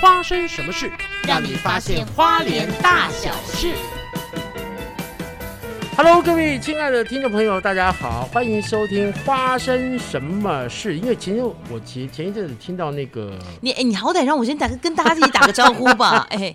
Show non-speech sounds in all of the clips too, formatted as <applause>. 发生什么事，让你发现花莲大小事。 Hello，各位亲爱的听众朋友，大家好，欢迎收听《发生什么事》。因为前阵我前前一阵子听到那个，你哎，你好歹让我先打个跟大家自己打个招呼 <laughs> 吧。哎，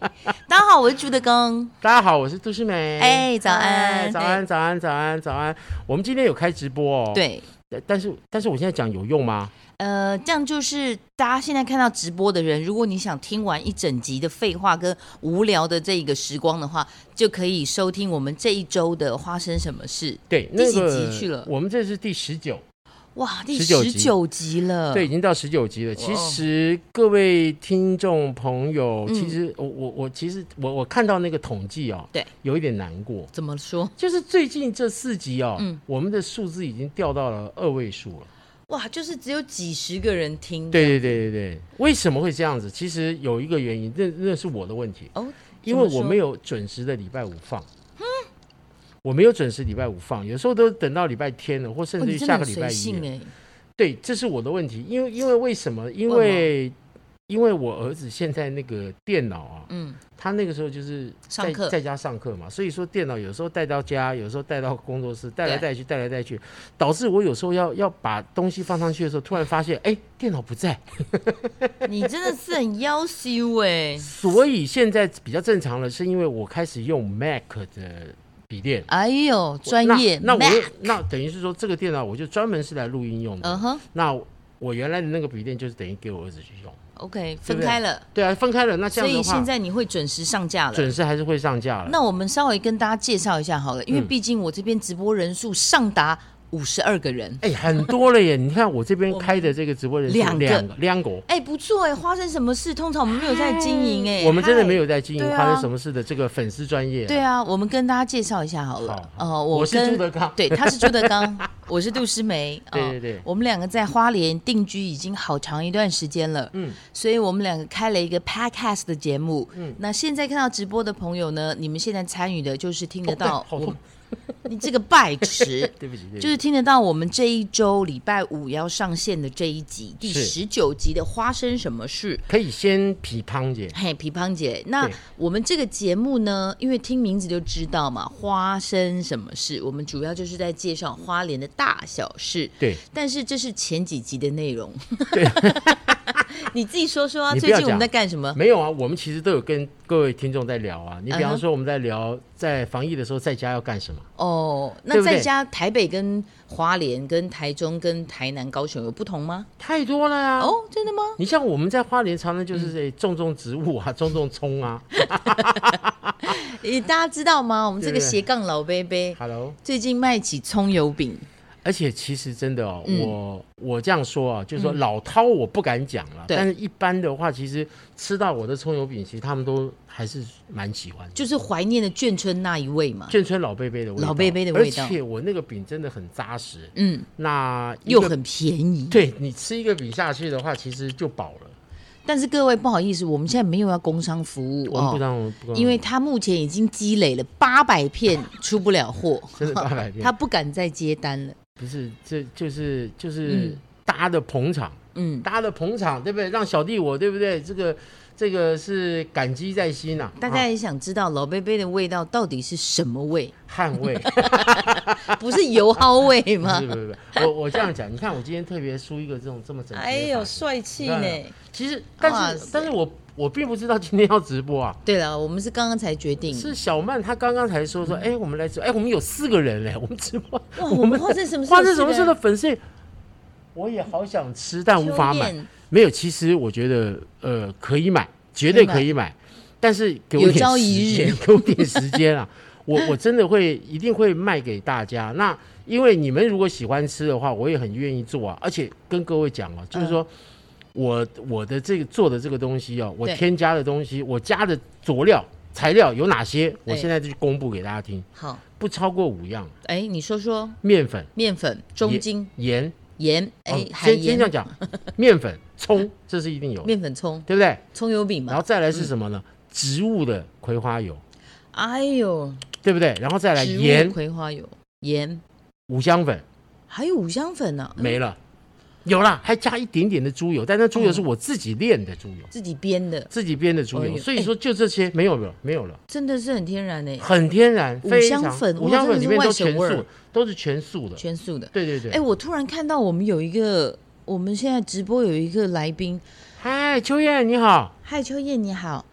大家好，我是朱德刚。大家好，我是杜诗梅。哎早安哎早哎安，早安，早安，早安。我们今天有开直播哦。，对，但是但是我现在讲有用吗？呃，这样就是大家现在看到直播的人，如果你想听完一整集的废话跟无聊的这一个时光的话，就可以收听我们这一周的发生什么事。对，第那几个集去了我们这是第十九，哇，第19十集九集了。对，已，经到十九集了。其嗯哇哦实各位听众朋友，嗯其实我我我其实我我看到那个统计哦，对，有一点难过。怎么说？就是最近这四集哦，嗯我们的数字已经掉到了二位数了。哇，就是只有几十个人听。对对对对对，为什么会这样子？其实有一个原因，那那是我的问题，哦，因为怎么我说没有准时的礼拜五放。我没有准时礼拜五放，有时候都等到礼拜天了，或甚哦至你于真的下很个礼随拜一性了。哎。对，这是我的问题，因为因为为什么？因为因为我儿子现在那个电脑啊，嗯，他那个时候就是上在课在家上课嘛，所以说电脑有时候带到家，有时候带到工作室，带来对带去，带来带去，导致我有时候要要把东西放上去的时候，突然发现，哎，电脑不在，你真的是很妖羞 <laughs> 哎。所以现在比较正常了，是因为我开始用 Mac 的笔电，哎呦，专业那那我 Mac 又那等于是说这个电脑我就专门是来录音用的，嗯哼那我原来的那个笔电就是等于给我儿子去用， ，OK，对分不对开了，对啊，分开了，那这所样的以话，现在你会准时上架了。准时还是会上架了。那我们稍微跟大家介绍一下好了，因为嗯毕竟我这边直播人数上达五十二个人，哎、很多了耶！你看我这边我们开的这个直播人数两个两个两个，哎，不错哎，花生什么事？通常我们没有在经营哎，我们真的嗨没有。在经营对啊发生什么事的这个粉丝专业。对啊，我们跟大家介绍一下好了。好呃，我是跟朱德刚 <laughs> 对，他是朱德 <laughs> 刚，我是杜诗梅。呃对对对我们两个在花莲定居已经好长一段时间了。嗯，所以我们两个开了一个 podcast 的节目。嗯那现在看到直播的朋友呢，你们现在参与的就是听得到哦对好我们痛，你这个败迟 <laughs> 。对不起，对不起就是听得到我们这一周礼拜五要上线的这一集第是十九集的花生什么事？可以先批判 <laughs> 姐。嘿，皮胖姐，那对我们这个节目呢，因为听名字就知道嘛，花生什么事，我们主要就是在介绍花莲的大小事。对，但是这是前几集的内容。 <laughs> 你自己说说啊，你不最要近我讲们在干什么？没有啊，我们其实都有跟各位听众在聊啊。你比嗯方哼说我们在聊在防疫的时候在家要干什么，哦，那对不在对家台北跟花莲、跟台中、跟台南、高雄有不同吗？太多了呀、哦，嗯真的吗？你像我们在花莲，常常就是诶种种植物啊，种种葱啊。诶，大家知道吗？我们这个对对对斜杠老贝贝 Hello，最近卖起葱油饼，而且其实真的哦，嗯我我这样说啊，就是说老饕我不敢讲了，对但是一般的话，其实吃到我的葱油饼，其实他们都还是蛮喜欢的。就是怀念的眷村那一味嘛。眷村老贝贝的味道，老贝贝的味道而且我那个饼真的很扎实，嗯，那一又个很便宜。对你吃一个饼下去的话，其实就饱了。但是各位不好意思，我们现在没有要工商服务我们不让，不让哦因为他目前已经积累了八百片出不了货， <laughs> 真 <laughs> 的八百遍他，不敢再接单了。不是这就是就是嗯大家的捧场，嗯，大家的捧场，对不对？让小弟我，对不对？这个这个是感激在心呐、啊，大家也想知道老贝贝的味道到底是什么 <laughs> 味？捍 <laughs> 卫。不是油蒿味不吗是？不是不是，我我这样讲，你看我今天特别梳一个这种这么整齐的发哎型。呦，帅气你呢看！其实哇但是塞但是我我并不知道今天要直播啊，对了，我们是刚刚才决定。是小曼她刚刚才说说，哎、我们来直，哎、我们有四个人嘞，我们直播，嗯哇，我们花生什么事？花生什么事的粉丝，我也好想吃，但无法买秋。燕没有，其实我觉得呃可以买，绝对可以买，但是给我有一点朝一时日间， <laughs> 给我点时间啊。我我真的会一定会卖给大家。那因为你们如果喜欢吃的话，我也很愿意做啊。而且跟各位讲啊，就是说、我我的这个做的这个东西哦，我嗯对添加的东西，我加的佐料材料有哪些，我哎现在就公布给大家听，好，不超过五样：哎，你说说，面粉、面粉、中筋、盐，盐，哦哎，海先先盐这、样讲，面粉、葱，这是一定有 <laughs> 的，面粉、葱、对不对？葱油饼然后嘛。再来是什么呢？植物的葵花油，哎呦，对不对？然后再来植物盐、葵花油、盐，五香粉嗯还有五香粉呢、没了，有啦，还加一点点的猪油，但那猪油是哦我自己炼的猪油，自己编的，自己编的猪哎油，呦所以说就这些没有了，没有了，真的是很天然欸诶、很天然，五非香常粉五哇香真粉的里是面外都省全味儿素，都是全素的，全素的。对对对，哎、我突然看到我们有一个，我们现在直播有一个来宾，嗨，秋燕你好，嗨，秋叶你好，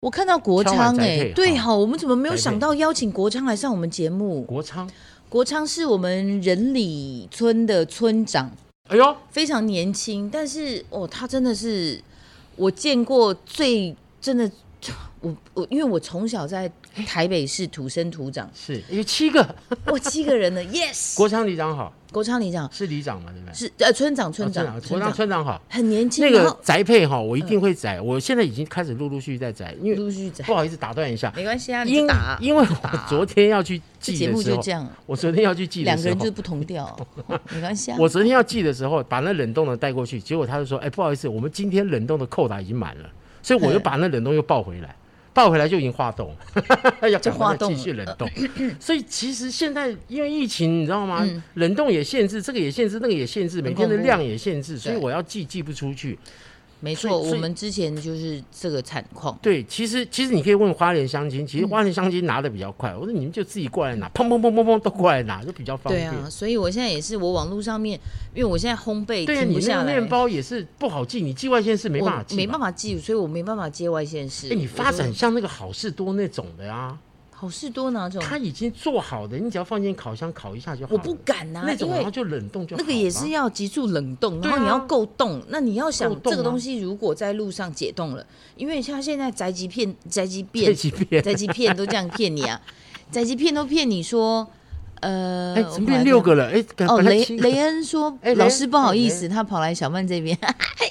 我看到国敲碗昌宅哎、配对好哈，我们怎么没有宅想配到邀请国昌来上我们节目？国昌，国昌是我们仁里村的村长，哎呦，非常年轻，但是哦，他真的是我见过最真的，我我因为我从小在台北市土生土长，是有七个， <laughs> 哇，七个人呢，yes，国昌里长好，国昌里长是里长嘛，对不对？是呃村长村啊长国昌村长嗯村长好。很年轻，那然个后宅配哈，我一定会宅，我现在已经开始陆陆续续在宅，因为陆续在不好意思打断一下，没关系啊，你因就打，因为我打昨天要去这寄节的目时就候这，样，我昨天要去寄的两个时人候就，不同调， <laughs> 没关系啊，我昨天要寄的时候，把那冷冻的带过去，结果他就说：“哎，不好意思，我们今天冷冻的扣打已经满了，所以我又嗯把那冷冻又抱回来，抱回来就已经化冻了， <laughs> 要就赶化快冻继续冷 <coughs> 冻。所以其实现在因为疫情，你知道吗？嗯冷冻也限制，这个也限制，那个也限制，每天的恐怖量也限制，所以哦对我要寄寄不出去。没所以错，所以我们之前就是这个惨况，对，其实其实你可以问花莲乡亲，嗯其实花莲乡亲拿的比较快，我说你们就自己过来拿，砰砰砰砰砰都过来拿，就比较方对便。啊，所以我现在也是，我网络上面，因为我现在烘焙对啊，停你不那下个来，面包也是不好寄，你寄外线是没我办法寄，没办。法记，所以我没办法接外线哎、事。你发我展就像那个好事多那种的啊，好事多哪种？它已经做好的，你只要放进烤箱烤一下就好我了。不敢呐、那因种，然后为就冷冻就好那了个也是要急速冷冻，对啊然后你要够冻。那你要想够，冻啊这个东西如果在路上解冻了，因为像现在宅急片、宅急这便、几遍，宅急片都这样骗你啊，宅急片都骗你说，呃，哎、我怎么本来变六个了？哎、本哦，本来雷七个雷恩说哎，雷老恩师不好意哎雷思，他跑来小曼这边。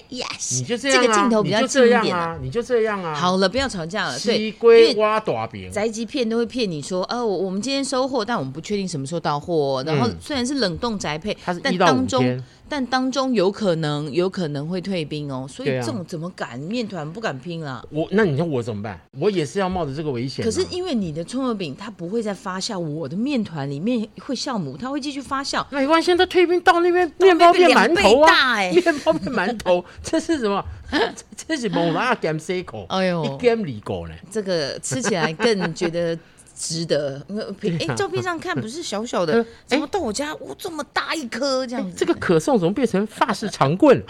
yes，你就这样、啊，这个镜头比较你就这近一样点啊，你就这样啊。，好了，不要吵架了。对，西因为龟挖大饼，宅急片都会骗你说，哦，我我们今天收货，但我们不确定什么时候到货哦、然后嗯虽然是冷冻宅配它是，但一到五当中天，但当中有可能有可能会退兵哦，所以对啊这种怎么敢面团不敢拼啦？我那你看我怎么办？我也是要冒着这个危险啊、可是因为你的葱油饼它不会再发酵，我的面团里面会酵母，它会继续发酵。那你看现在退兵到那边，面面包包变变馒馒头头啊，啊面包变馒头， <laughs> 这是什么？这这是蒙拉 game 塞口，哎呦一 game 里狗呢？这个吃起来更觉得值得。 <laughs> 因为哎，照片上看不是小小啊 <laughs> 呃的哎，怎么到我家哇这么大一颗这样子？这个可颂怎么变成法式长棍？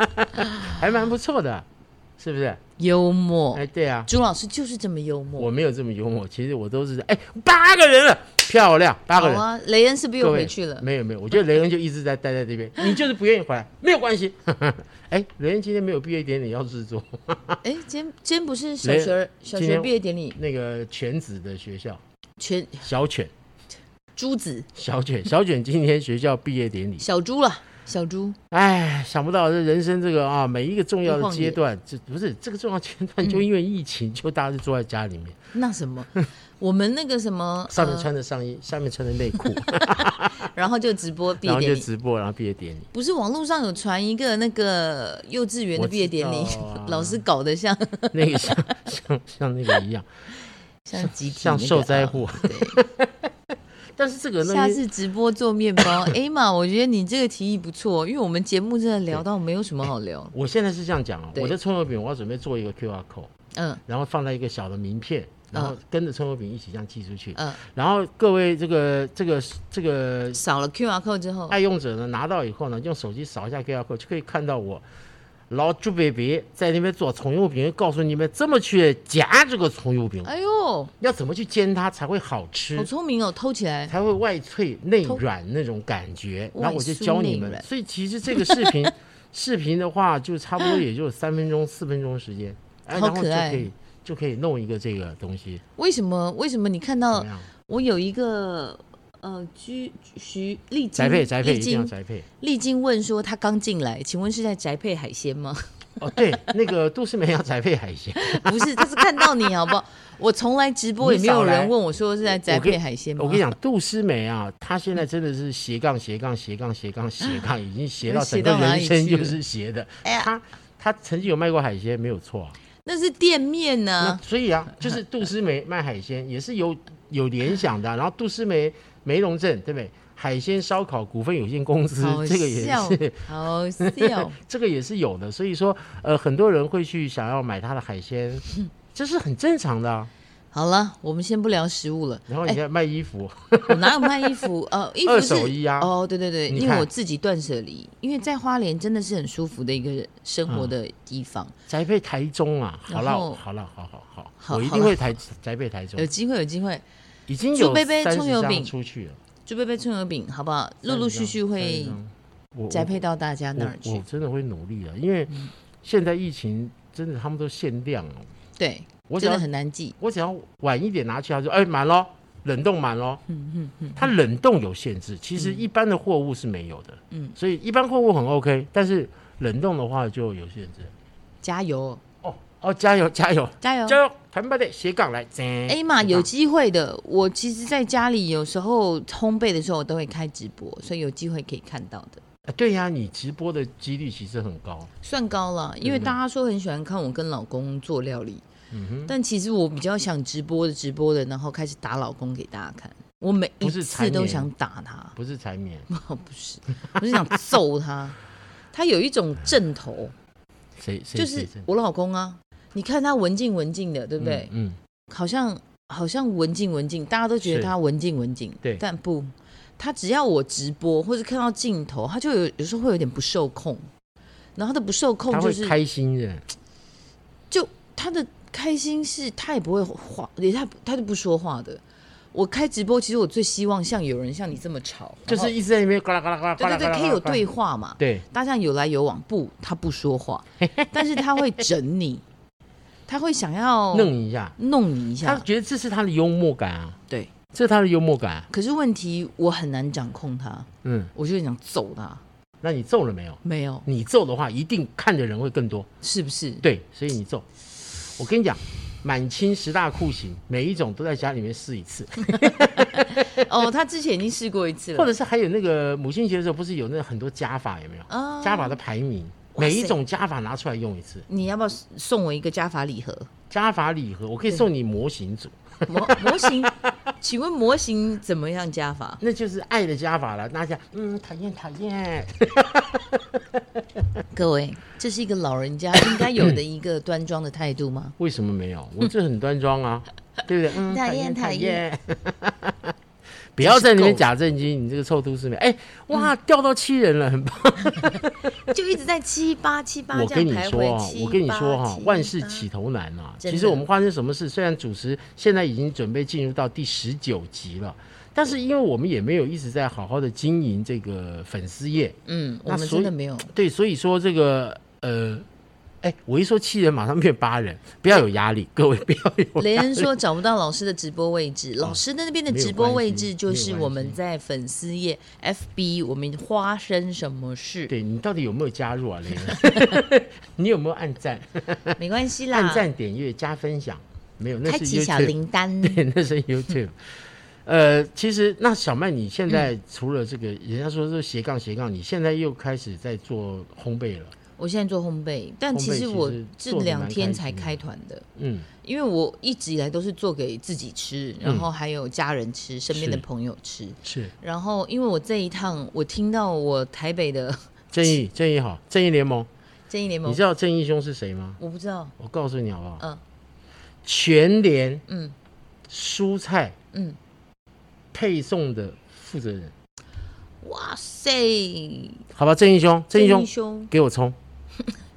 <laughs> 还蛮不错的，是不是？幽默哎，，对啊，朱老师就是这么幽默。我没有这么幽默，其实我都是哎八个人了，漂亮，八好个人。啊，雷恩是不是各又位回去了？没有没有，我觉得雷恩就一直在待在这边， <laughs> 你就是不愿意回来，没有关系。 <laughs> 哎，雷恩今天没有毕业典礼要制作，哎，今天今天不是小雷学小今学天毕业典礼，那个犬子的学校，全小犬。朱子小卷， <laughs> 小卷今天学校毕业典礼，小猪了，小猪哎，想不到这人生这个啊，每一个重要一的晃眼阶段，这不是这个重要阶段，就因为疫情，就大家就坐在家里面，那 <laughs> 什么，我们那个什么上面呃穿着上衣，下面穿着内裤，然后就直 <laughs> 播毕然业后就典礼。直播，然后毕业典礼。不是网络上有传一个那个幼稚园我的知毕业典礼道啊，老师搞得像那个像像像那个一 <laughs> 样，像集体像那个受灾啊户 <laughs> 对但是这个下那个次直播做 <laughs> 面包，哎妈，我觉得你这个提议不错，因为我们节目真的聊到没有什么好聊。我现在是这样讲啊，对我的葱油饼我要准备做一个 QR code，嗯然后放在一个小的名片，然后跟着葱油饼一起这样寄出去，嗯，然后各位这个这个这个扫了 QR code 之后，爱用者呢拿到以后呢，用手机扫一下 QR code 就可以看到我老朱贝贝在那边做葱油饼，告诉你们怎么去夹这个葱油饼，哎呦，要怎么去煎它才会好吃好，聪明哦，偷起来。才会外脆内软那种感觉。偷然后我就教你外酥内们，软所以其实这个视 <laughs> 频视频的话，就差不多也就三分钟四分钟时间，哎，好然后就可爱可以就可以弄一个这个东西，为什么？为什么你看怎到么样？我有一个呃居徐丽晶宅配宅配丽一定要晶宅配丽晶问说她刚进来，请问是在宅配海鲜吗？ <laughs> 哦，对，那个都市美要宅配海鲜。不是，她是看到你好不好？我从来直播也没有人问我说是在宅配海鲜吗？我跟你讲，杜诗梅啊，她现在真的是斜杠斜杠斜杠斜杠斜杠，已经斜 <laughs> 到整个人生就是斜的。哎呀她她曾经有卖过海鲜，没有错啊。那是店面呢、那所 <laughs> 以啊，就是杜诗梅卖海鲜也是有有联想的啊、然后杜诗梅梅龙镇对不对？海鲜烧烤股份有限公司好，这个也笑是，好 <laughs> 笑，这个也是有的。所以说，呃，很多人会去想要买它的海鲜，这是很正常的、啊。好了，我们先不聊食 <laughs> 物了。然后你看卖衣服，我哪有卖衣服？呃，衣服二是手衣啊哦，对对对，你因为我看自己断舍离，因为在花莲真的是很舒服的一个生嗯活的地方。宅配台中啊，好然了后好了，好好好，好我一好定了会台宅配台中有，机会，有机会，已经猪有贝贝三葱十油张饼出去了，猪贝贝葱油饼，好不好？陆陆续续30会张我宅配到大家那儿我我去。嗯真的会努力的，因为现在疫情真的他们都限量哦，对，我只真要的很难记。我只要晚一点拿去，他说哎满喽，冷冻满喽。嗯嗯嗯，它冷冻有限制，其实一般的货物是没有的。嗯嗯，所以一般货物很 OK，但是冷冻的话就有限制。加油，哦哦，加油加油加油！加油！台北的斜杠来，哎 <laughs> 哎嘛，有机会的。我其实在家里有时候烘焙的时候，我都会开直播，所以有机会可以看到的，对呀、你直播的几率其实很高。算高了。因为大家说很喜欢看我跟老公做料理，嗯哼，但其实我比较想直播的直播的，然后开始打老公给大家看。我每一不是缠次绵都想打他， <laughs> 不是缠绵，哦，不是，我是想揍他。他有一种正头，谁谁就是谁谁我老公啊。你看他文静文静的，对不对？嗯，嗯好像好像文静文静，大家都觉得是他文静文静，对但不，他只要我直播或者看到镜头，他就有有时候会有点不受控，然后他的不受控他就会是开心的，就他的开心是他也不会话，也他他就不说话的。我开直播，其实我最希望像有人像你这么吵，就然是后一直在那边呱啦呱啦呱啦呱对啦对呱啦呱啦呱啦，对，可以有对话嘛，对，大家有来有往。不，他不 <laughs> 说话，但是他会整你，他会想要弄一下，哦弄你一他下，觉得这是他的幽默感啊，对。这是他的幽默感啊、可是问题我很难掌控他，嗯，我就很想揍他。那你揍了没有？没有，你揍的话，一定看的人会更多。是不是？对，所以你揍。我跟你讲，满清十大酷刑，每一种都在家里面试一次，哦，他之前已经试过一次了，或者是还有那个母亲节的时候，不是有那很多家法有没有？啊家法的排名，哇塞每一种家法拿出来用一次。你要不要送我一个加法礼 <laughs> 盒？家法礼盒，我可以送你模型组，模模型，请问模型怎么样加法？那就是爱的家法了。拿下，嗯，讨厌讨厌，各位，这是一个老人家应该有的一个端庄的态度吗？为什么没 <laughs> 有？我这很端庄啊，对不对？嗯，讨厌讨讨厌厌。 <laughs> 不要在那边假正经，你这个臭都市妹！哎、嗯哇，掉到七人了，很棒。就一直在七八七八我这跟样你徘说徊。啊，七我跟你八说哈七，万事八起头难啊。真其实的我们发生什么事，虽然主持现在已经准备进入到第十九集了，但是因为我们也没有一直在好好的经营这个粉丝业，嗯，我那们所真以的没有。对，所以说这个呃，哎，我一说七人马上变八人，不要有压力，各位不要 <laughs> 有。雷恩说找不到老师的直播位置，啊老师的那边的直播位置就是我们在粉丝页 FB，我们花生什么事？对你到底有没有加入啊，雷恩？ <laughs> 你有没有按赞、没关系啦，按赞、点阅、加分享？没有，那开是启小 YouTube 铃铛。 <laughs> 对，那是 YouTube。呃，其实那小麦，你现在嗯除了这个，人家说是斜杠斜杠，你现在又开始在做烘焙了。我现在做烘焙，但其实烘焙其我实这做得两蛮天开才心的开团的，嗯，因为我一直以来都是做给自己吃，然后还有家人吃，身边的是朋友吃。是然后因为我这一趟，我听到我台北的 <laughs> 正义，正义好，正义联盟，正义联你盟知，道正义兄是谁吗？我不知道，我告诉你好不好？嗯全联嗯蔬菜嗯，配送的负责人，哇塞，好吧，正义兄，正义兄，兄，给我冲！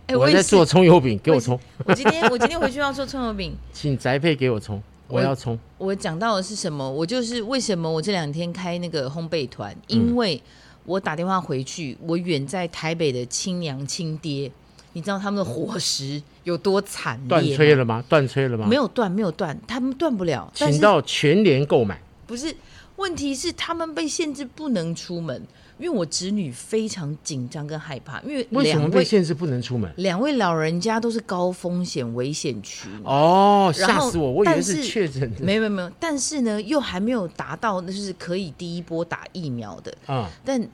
哎，我也在是做葱油饼，给我我也是冲， <laughs> 我今天我今天回去要做葱油饼。请宅配给我冲，我我要冲。我讲到的是什么？我就是为什么我这两天开那个烘焙团，因为嗯我打电话回去，我远在台北的亲娘亲爹，你知道他们的伙食有多惨烈？断吹，了吗？断吹了吗？没有，有断，没有断，他们断不了。但请是到全联购买。不是问题是他们被限制不能出门，因为我侄女非常紧张跟害怕，因为为什两么被位限制不能出门？两位老人家都是高风险危险区嘛。哦，然吓后死我！我以但为是是确诊的。 <laughs> 没有没有没有，但是呢，又还没有达到那就是可以第一波打疫苗的。啊、但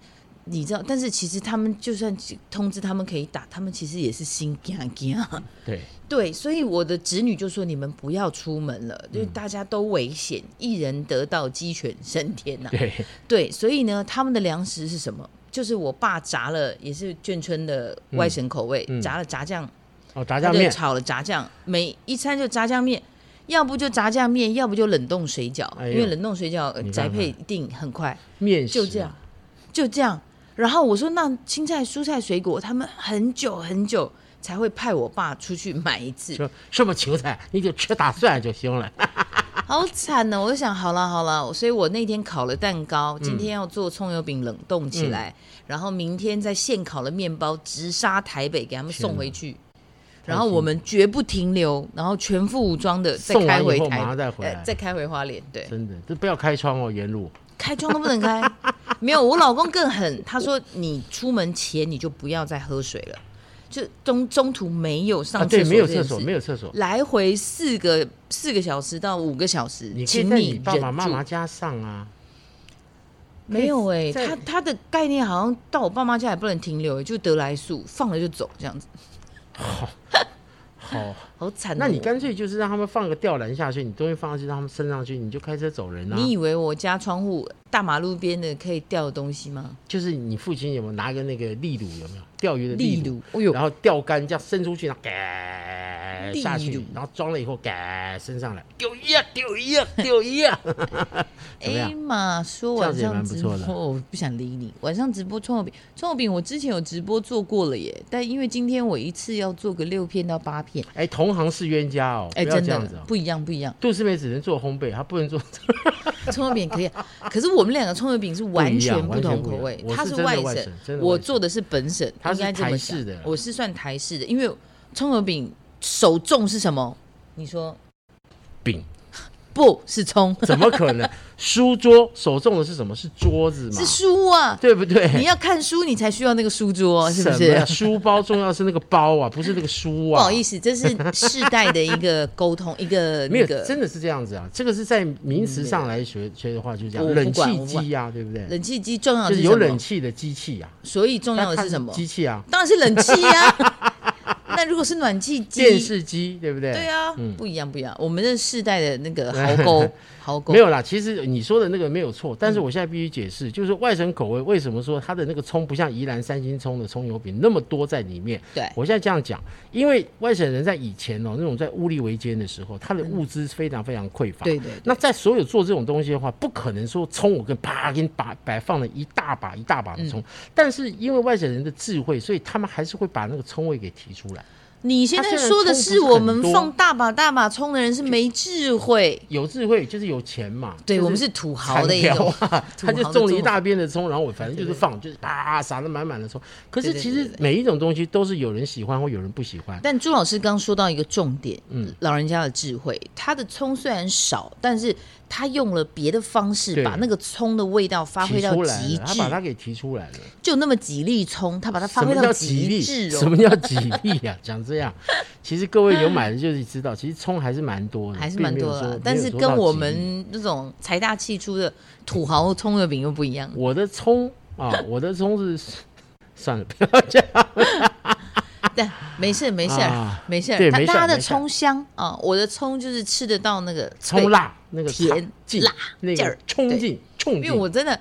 你知道，但是其实他们就算通知他们可以打，他们其实也是心惊惊。对， <laughs> 对，所以我的侄女就说：“你们不要出门了，因为大家都危险，一人得道鸡犬升天 <laughs> 呐、对，对，所以呢，他们的粮食是什么？就是我爸炸了，也是眷村的外省口味，嗯嗯炸了炸酱，哦，炸炸酱面，炒了炸酱，每一餐就炸酱面，要不就炸酱面，要不就冷冻水饺，哎呦因为冷冻水饺呃你看宅配看啊一定很快。面食就这样，就这样。然后我说那青菜、蔬菜、水果，他们很久很久才会派我爸出去买一次，说什么芹菜，你就吃大蒜就行了。好惨哦呢、我就想好了好了，所以我那天烤了蛋糕，嗯今天要做葱油饼冷冻起来，然后明天再现烤了面包直杀台北给他们送回去。然后我们绝不停留，然后全副武装的再送完开回以后台，马上再回来呃再开回花莲，对，真的，这不要开窗哦，沿路。开窗都不能 <laughs> 开。没有，我老公更狠，他说你出门前你就不要再喝水了，就中中途没有啊，上厕所、对，没有厕所，没有，有厕所，来回四个四个小时到五个小时，你可以请在你你爸忍爸妈住妈家上啊。没有哎、在他他的概念好像到我爸妈家也不能停留、就得来速放了就走这样子，好，好惨、哦那你、干脆就是让他们放个吊篮下去，你东西放上去，让他们升上去，你就开车走人啊。你以为我家窗户大马路边的可以掉的东西吗？就是你父亲有没有拿个那个立炉？有没有钓鱼的例炉如？，哎呦然，后钓竿这样伸出去，然后嘎下例去如，然后装了以后嘎升上来，丢一呀，丢一 <laughs> 呀，丢一呀。怎么样哎妈，说这样晚子也蛮上不直错播，的我不想理你。晚上直播葱油饼，葱油饼我之前有直播做过了耶，但因为今天我一次要做个六片到八片，哎，同行是冤家哦，哎，不要真这样的子哦。。不一样，不一样杜思梅只能做烘焙，她不能做 <laughs> 葱油饼可以啊，可是我们两个葱油饼是完不一全样完全同不一口样味我，是他真的外外省省真，的我外省做的是本省，他是应该这台么式想的啦我是算台式的，因为葱油饼首重是什么？你说饼，不是葱，怎么可能？ <laughs> 书桌手中的是什么？是桌子嘛是，书啊。对不对？你要看书，你才需要那个书桌，哦是不什么是呀？？书啊包重要是那个包啊，不是那个书 <laughs> 不啊。好意思，这是世代的一个 <laughs> 沟通，一个没有那，个嗯真的是这样子啊。这个是在名词上来学学的话，就这我样，不冷管气我不管机呀，对不对？冷气机重要就的是是有什么冷，气的机器啊呀。所以重要那的它是什么？机器啊，当然是冷气呀、 <laughs> 那如果是暖气机，电视机，对不对？对啊，嗯。不一样不一样。我们这世代的那个 <laughs> 壕沟，壕沟没有啦，其实你说的那个没有错，但是我现在必须解释，就是外省口味为什么说它的那个葱不像宜兰三星葱的葱油饼那么多在里面？对我现在这样讲，因为外省人在以前哦那种在物力维艰的时候，他的物资非常非常匮乏。对对对那在所有做这种东西的话，不可能说葱我跟啪给你把摆放了一大把一大把嗯的葱，但是因为外省人的智慧，所以他们还是会把那个葱味给提出来。你现在说的是我们放大把大把葱的人是没智慧，有智慧就是有钱嘛，对就我们是土豪残的一条种， <laughs> 啊，<laughs> 土他就豪种的了做一法大片的葱，然后我反正就是放，就是啪撒的满满的葱。可是对对其对实每一种东西都是有人喜欢或有人不喜欢。但朱老师刚说到一个重点，嗯老人家的智慧，他的葱虽然少，但是他用了别的方式对把那个葱的味道发提挥到出来极了，他把它致，给提出来了。就那么几粒葱，他把它发什挥么到叫吉极利？致什哦，么叫吉利呀、讲这样，其实各位有买的就是知道，其实葱还是蛮多的，还嗯是并蛮没有多说的，但没有是说跟到我吉利们那种财大气粗的土豪葱油饼又不一样。我的葱啊， <laughs> 我的葱是算了，不要讲。但没事没事啊没事对，他没事他的没事葱香啊，我的葱就是吃得到那个脆葱，辣那个甜辣劲辣那劲个儿冲对劲冲因为劲。我真的，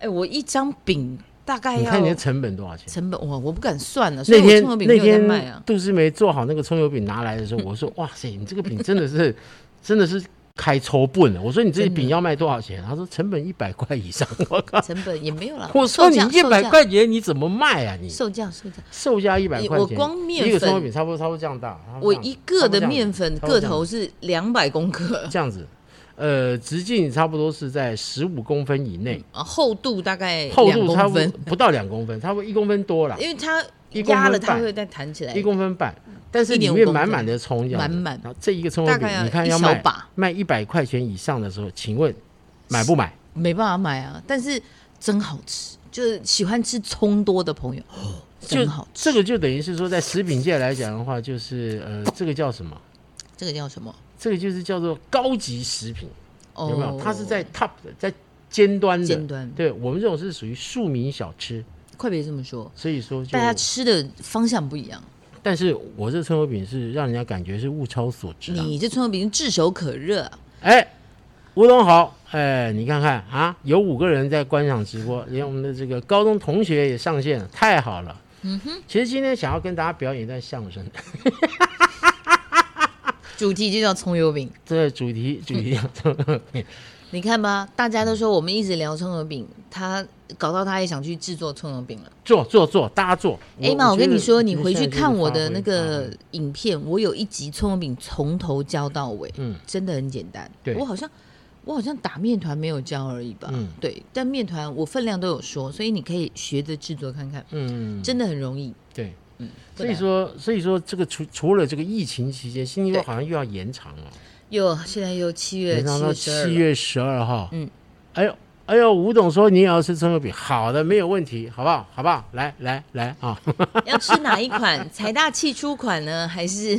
哎，我一张饼大概你看你的要。成本多少钱？成本我我不敢算了，所以那我天葱油饼没那有在卖天啊。杜思梅做好那个葱油饼拿来的时 <laughs> 候，我说：“哇塞，你这个饼真的是真的是开抽笨啊了。”我说：“你这个饼要卖多少钱？”他说：“成本一百块以 <laughs> 上。”我靠！成本也没有啦。我说：“售你价一百，块钱你怎么卖啊？你售价售价售价。售价一百块钱，我光面一个葱油粉饼差不多差不多这样大。差不多我这样一个的面粉差不多个这样头是两百公克，这样子，呃，直径差不多是在十五公分以内，啊，厚度大概厚两度差公不多分，不到两公分，差不多一公分多了，因为它一公压了分它半会再弹起来一。公分半，但是里1.5公面分满满的葱这样子，满满然后这一个葱油大饼概，要你看一要小卖把卖一百块钱以上的时候，请问买不买？没办法买啊，但是真好吃，就是喜欢吃葱多的朋友，哦就真好吃。这个就等于是说，在食品界来讲的话，就是呃，这个叫什么？这个叫什么？哦这个就是叫做高级食品，有没有？它是在 top 的，在尖端的，尖端对我们这种是属于庶民小吃，快别这么说，所以说就大，家吃的方向不一样。但是我这葱油饼是让人家感觉是物超所值啊。你这葱油饼炙手可热啊，哎，吴东豪，哎，你看看啊，有五个人在观赏直播，连我们的这个高中同学也上线了，太好了。嗯哼，其实今天想要跟大家表演一段相声， <laughs> 主题就叫葱油饼。这主题主题你看吧，大家都说我们一直聊葱油饼，他搞到他也想去制作葱油饼了。做做做，大家做。哎妈，我觉跟得你说，你觉得回现去在就是看我发的挥那发个挥影片，我有一集葱油饼从头教到尾，嗯真的很简单。对我好像我好像打面团没有教而已吧，嗯对，但面团我分量都有说，所以你可以学着制作看看，嗯，真的很容易。对。嗯，所以说，所以说这个除除了这个疫情期间，星期六对好像又要延长了，又现在又七月延七长到月十二七了，月十二号。嗯，哎呦，哎呦，吴董说你也要吃葱油饼，好的，没有问题，好不好？好不好？来来来啊！要吃哪一款？ <laughs> 财大气粗款呢，<laughs> 还是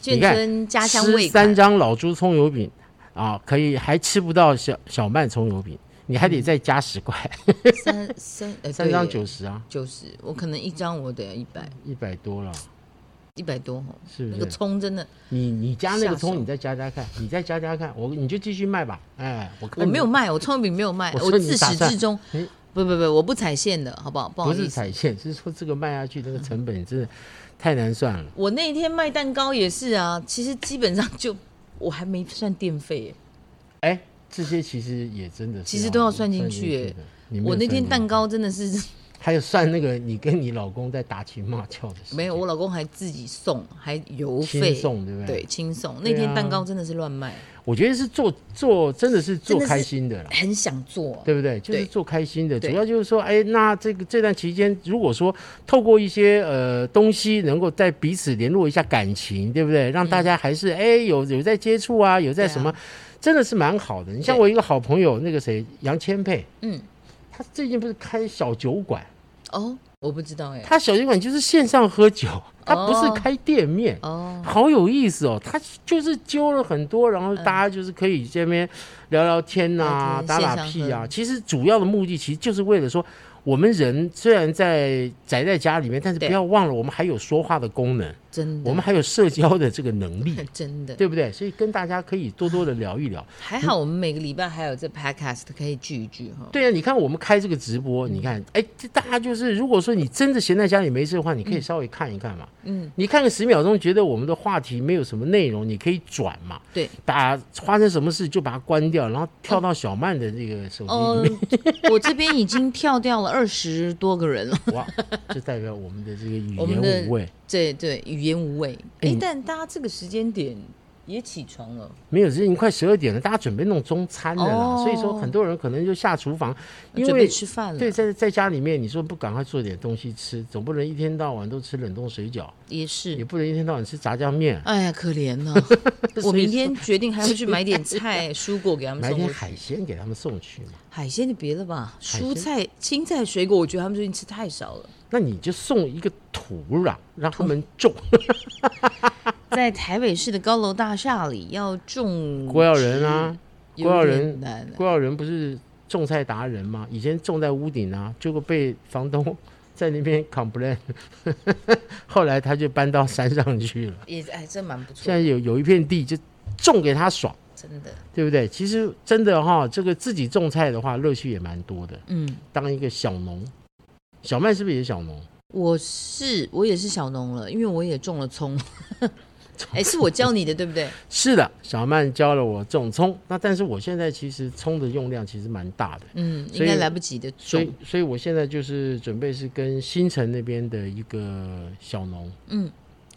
眷你看村 <laughs> 家乡吃味三款？张老猪葱油饼啊，可以还吃不到小小麦葱油饼，你还得再加十块，嗯三三呃 <laughs> 三张对耶九十啊，九十，我可能一张我得要一百一百多了，一百多吼，是不那个是？葱真的，你你加那下个手葱，你再加加看，你再加加看，我你就继续卖吧。哎，我看我你没有卖，我葱油饼没有卖，我我说你自打始算至终你，不不不，我不踩线的，好不好？不好不意是思，踩线， <laughs> 是说这个卖下去那个成本真的太难算了。我那天卖蛋糕也是啊，其实基本上就我还没算电费耶，哎，这些其实也真的是，其实都要算进去耶的。你没有我那天算进蛋去糕真的是还有算那个你跟你老公在打情骂俏的时没有，间我老公还自己送，还邮费轻，松，对不对？啊对，，轻送。那天蛋糕真的是乱卖，我觉得是做做真的是做真的是开心的啦。很想做。啊对不对？就是对做开心的，主对要就是说，哎，那这个这段期间，如果说透过一些呃东西，能够在彼此联络一下感情，对不对？让大家还是哎有有在接触啊，有在嗯对啊什么，真的是蛮好的。你像对我一个好朋友，那个谁杨千霈，嗯，他最近不是开小酒馆，哦，我不知道哎，他小酒馆就是线上喝酒，他不是开店面。哦，好有意思哦，他就是揪了很多，然后大家就是可以这边聊聊天呐、嗯聊天打打线屁上啊。喝其实主要的目的其实就是为了说，我们人虽然在宅在家里面，但是不对要忘了我们还有说话的功能，真的，我们还有社交的这个能力， <laughs> 真的，对不对？所以跟大家可以多多的聊一聊。还好我们每个礼拜还有这 podcast 可以聚一聚哈。对啊，你看我们开这个直播，嗯你看，哎，这大家就是，如果说你真的闲在家里没事的话，你可以稍微看一看嘛。嗯，你看个十秒钟，觉得我们的话题没有什么内容，你可以转嘛。对，把发生什么事就把它关掉，然后跳到小曼的这个手机哦里面，，我这边已经跳掉了二十多个人了。哇，这代表我们的这个语我们的言无味。对对，语言无味。哎哎、你但大家这个时间点也起床了，没有，这已经快十二点了，大家准备弄中餐了啦，哦所以说很多人可能就下厨房，因准备为吃饭了。对，在在家里面，你说不赶快做点东西吃，总不能一天到晚都吃冷冻水饺，也也是。不能一天到晚吃炸酱面，啊哎呀，可怜 <laughs> 呐、所我以明天决定还要去买点菜、蔬果给他们买送点过去。海鲜给他们送去嘛。海鲜就别了吧，海蔬鲜菜、青菜、水果，我觉得他们最近吃太少了。那你就送一个土壤让他们 <laughs> 种， <laughs> 在台北市的高楼大厦里要种郭耀仁啊，植，郭耀有仁点难啊。郭耀仁不是种菜达人吗？以前种在屋顶啊，结果被房东 <laughs> 在那边 complain，后来他就搬到山上去了。也哎，这蛮不错现在，有有一片地就种给他爽，真的。对不对？其实真的哈、这个自己种菜的话，乐趣也蛮多的。嗯，当一个小农，小麦是不是也小农？我是我也是小农了，因为我也种了葱。 <laughs> 哎、是我教你的对不对？是的，小曼教了我种葱，那但是我现在其实葱的用量其实蛮大的。嗯，所应以该来不及的所以种。，所以我现在就是准备是跟新城那边的一个小农嗯，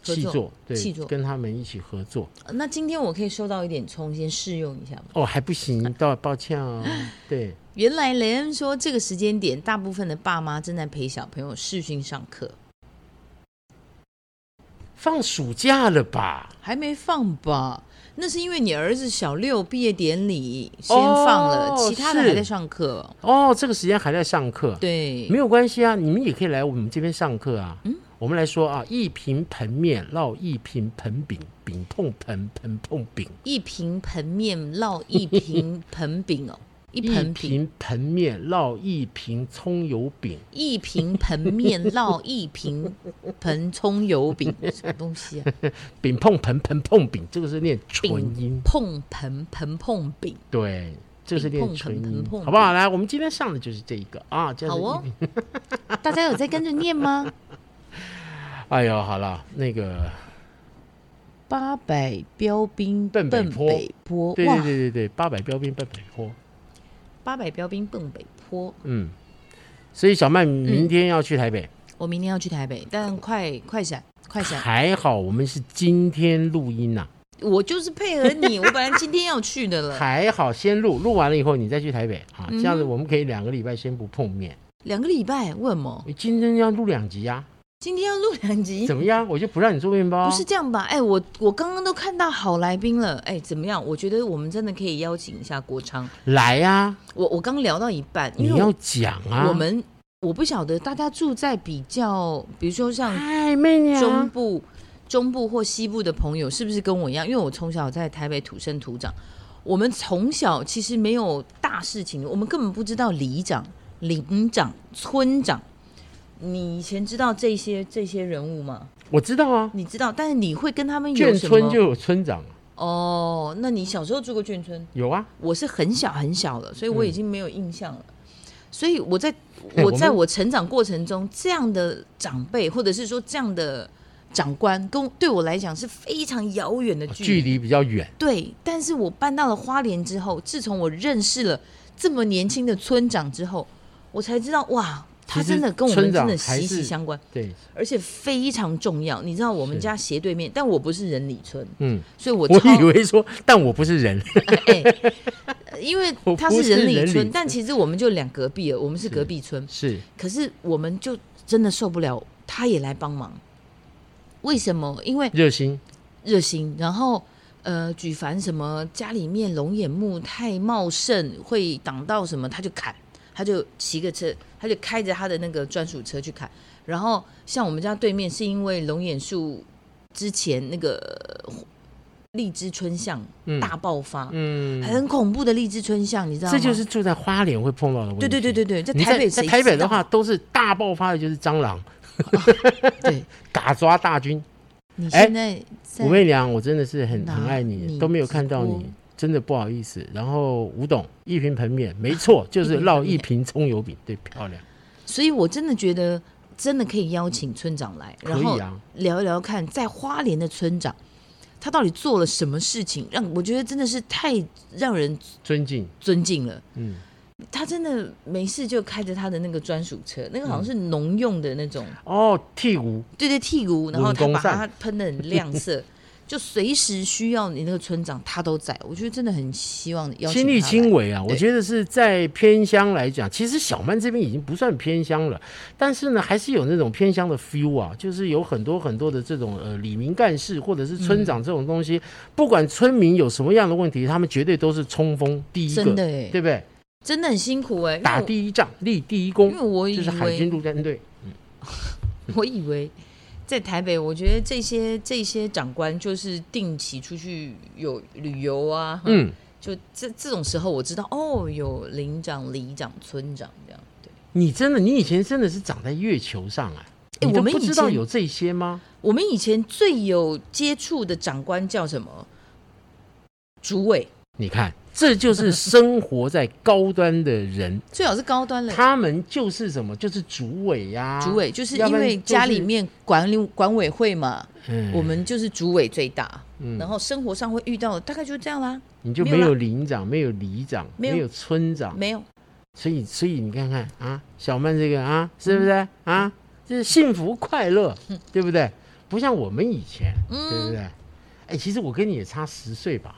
合气作作，对，气作跟他们一起合作。那今天我可以收到一点葱，先试用一下吗？哦，还不嗯行，到抱歉哦。对，原来雷恩说，这个时间点，大部分的爸妈正在陪小朋友视讯上课，放暑假了吧？还没放吧？那是因为你儿子小六毕业典礼先放了，哦其他的还是在上课。哦，这个时间还在上课，对没，有关系啊，你们也可以来我们这边上课啊。嗯，我们来说啊，一瓶盆面烙一瓶盆饼，饼碰盆，盆碰饼。 <laughs> 一瓶盆面烙一瓶盆饼哦，一一盆饼，瓶盆面烙一瓶葱油饼，一瓶盆面烙一瓶盆葱油饼，什么东 <laughs> 西啊？饼碰盆盆碰饼，这个是念唇音饼，碰盆盆碰饼，对，这个是饼念碰唇盆音盆，碰好不好？来，我们今天上的就是这一个啊，叫好做一哦。 <laughs> 大家有在跟着念吗？ <laughs> 哎呦，好了，那个，八百标兵奔北奔坡北坡，对对哇！对对对，八百标兵奔北坡，八百标兵奔北坡，嗯，所以小曼嗯明天要去台北，我明天要去台北，但快快闪 <laughs> 快闪，还好我们是今天录音呐、我就是配合你，我本来今天要去 <laughs> 的了，还好先录，录完了以后你再去台北啊，嗯这样子我们可以两个礼拜先不碰面。两个礼拜，为什么？你今天要录两集呀、今天要录两集怎，么样？我就不让你做面包啊、不是这样吧？哎、我我刚刚都看到好来宾了，哎、怎么样？我觉得我们真的可以邀请一下国昌。来呀、我我刚聊到一半，因你为要我,、讲啊，我们我不晓得大家住在比较，比如说像哎，媚中娘，部、中部或西部的朋友，是不是跟我一样？因为我从小在台北土生土长，我们从小其实没有大事情，我们根本不知道里长、邻长、村长。你以前知道这些这些人物吗？我知道啊，你知道，但是你会跟他们有眷什么？村就有村长啊，哦，那你小时候住过眷村？有啊，我是很小很小了，所以我已经没有印象了。所以我在嗯哎我我们在我成长过程中，这样的长辈或者是说这样的长官，跟对我来讲是非常遥远的距哦距离比较远，对，但是我搬到了花莲之后，自从我认识了这么年轻的村长之后，我才知道哇，其他实真的跟我村们长真的还息息是相关，对，而且非常重要。你知道我们是家斜对面，但我不是仁里村，嗯，所以我我超以为说，但我不是人，哎、因为我它不是是人里人里村村，但其实我们就两隔壁了，我们是是隔壁村。是可 <laughs> 是我们就真的受不了，他也来帮忙。为什么？因为热心，热心，然后呃，举凡什么家里面龙眼木太茂盛，会挡到什么，他就砍，他就骑个车，他就开着他的那个专属车去砍。然后像我们家对面，是因为龙眼树之前那个呃荔枝春象嗯大爆发，嗯，很恐怖的荔枝春象，你知道吗？这就是住在花莲会碰到的问题。对对对对对，在你台北在谁台北知道的话，，都是大爆发的就是蟑螂，对打抓大军。你哎现在在武媚娘，我真的是很哪很爱里你，都没有看到直你播，真的不好意思。然后吴董一瓶盆面，没错，就是烙一瓶葱油饼，对，漂亮。所以我真的觉得真的可以邀请村长来，可以啊然后聊一聊看，在花莲的村长他到底做了什么事情，让我觉得真的是太让人尊敬，尊敬了。嗯，他真的没事就开着他的那个专属车，那个好像是农用的那种，哦，替吴，对对，剔骨，然后文他公把扇它喷的很亮 <laughs> 色。就随时需要你那个村长，他都在。我觉得真的很希望邀请亲力他来亲为啊，我对觉得是在偏乡来讲，其实小曼这边已经不算偏乡了，但是呢，还是有那种偏乡的 feel 啊，就是有很多很多的这种呃里民干事或者是村长这种东西，不管村民有什么样的问题，他们绝对都是冲锋第一个，真的哎对不对？真的很辛苦哎、因为打我第一仗，立第一功因为，我以这是海军为陆战队。我以为在台北，我觉得这些这些长官就是定期出去有旅游啊，哈，嗯，就这这种时候我知道哦，有领长、里长、村长这样。对，你真的，你以前真的是长在月球上啊。哎你都我们不以知道前有这些吗？我们以前最有接触的长官叫什么？主委，你看，这就是生活在高端的人最好是高端了。他们就是什么，就是主委呀、主委就是要因不然为就是家里面管理管委会嘛，嗯我们就是主委最大，嗯然后生活上会遇到的大概就这样啦，你就没有没啦有邻长，没有里长，没有没有村长，没有所以所以你看看啊，小曼这个啊，是不嗯是啊？就是幸福快乐，对不对？不像我们以前，嗯对不对？哎，其实我跟你也差十岁吧，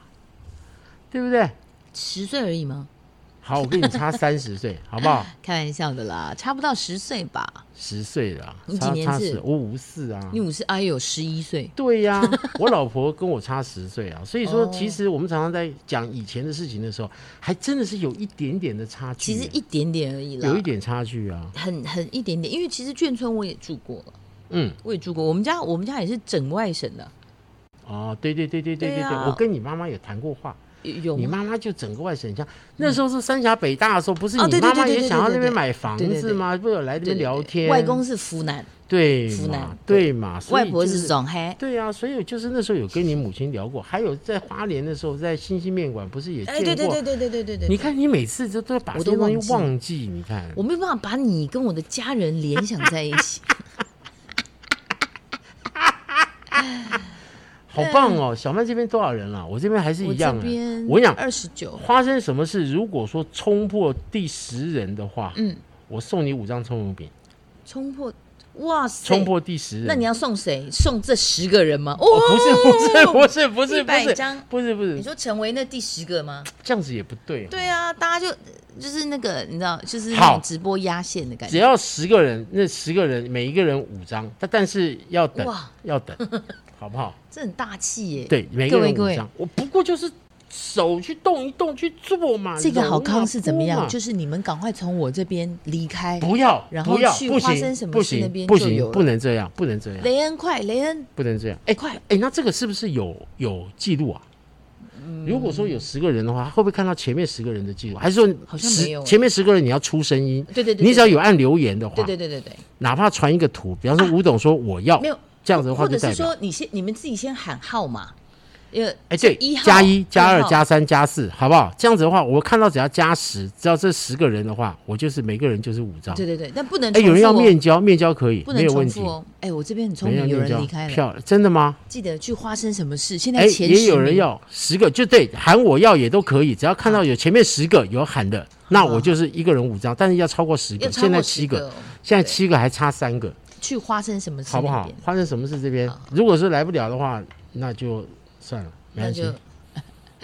对不对？十岁而已吗？好，我跟你差三十岁，好不 <laughs> 好？开玩笑的啦，差不到十岁吧。十岁了啊，你差几年差次十，我五四啊，你五十，哎呦，十一岁，对呀、 <laughs> 我老婆跟我差十岁啊，所以说哦其实我们常常在讲以前的事情的时候，还真的是有一点点的差距其耶，实一点点而已嗯啦，有一点差距啊。很很一点点。因为其实眷村我也住过了，嗯，我也住过，我们家我们家也是整外省的，哦，对对对对对对对，对啊我跟你妈妈也谈过话，有你吗？妈妈就整个外省乡，那时候是三峡北大的时候，不是嗯哦你对对妈妈对对也对想要对那边对买房对对子吗？不有来这边聊天？外公是湖南，对湖嘛南对嘛，所以外婆就是上海。对啊，所以就是那时候有跟你母亲聊过，还有在花莲的时候，在星星面馆不是也见哎，过？对对对对对对对对，你看你每次就都把我这都些东忘西记忘记，你看我没有办法把你跟我的家人联想在一起。好棒哦！小曼这边多少人了、我这边还 <laughs> 是我一这样、啊。边，我跟你讲，二十九，发生什么事，如果说冲破第十人的话，嗯，我送你五张葱油饼。冲破，哇塞，冲破第十人，那你要送谁？送这十个人吗？哦，哦，不是不是不是不100是张不是不你是，说成为那第十个吗？这样子也不对。对啊，大家就就是那个，你知道，就是那好种直播压线的感只觉。要十个人，那十个人每一个人五张，但但是要等哇，要 <laughs> 等，好不好？这很大气耶。，对，每个人各五位张。我不过就是手去动一动去做嘛。这个揉好嘛康是怎么拨样？嘛就是你们赶快从我这边离开。啊不要，然后不要，去不发生什行，么不事那行，边不就有行，了不能这样，不能这样，雷恩，快，雷恩，不能这样。哎，快！哎，那这个是不是有有记录啊？如果说有十个人的话，会不会看到前面十个人的记录？还是说好像十没有哎前面十个人你要出声音？对对对，你只要有，有按留言的话，对对对对对，哪怕传一个图，比方说吴董说我要，没有这样子的话或就者代是表，说你先你们自己先喊号码，呃，哎对一，号加一加二号加三加四，好不好？这样子的话，我看到只要加十，只要这十个人的话，我就是每个人就是五张。对对对，但不能哎，有人要重复哦面交，面交可以，不没能有重问题复。哦。哎，我这边很聪没明，有面人交离开了，漂亮，真的吗？记得去发生什么事。现在哎，前也有人10名，要十个，就对，喊我要也都可以，只要看到有前面十个有喊的，那我就是一个人五张，但是要超过十个，要超现在过七十个，个哦，现在对七个还差三个。去发生什么事好不那好边？发生什么事这边，如果是来不了的话，那就算了，没那关系就。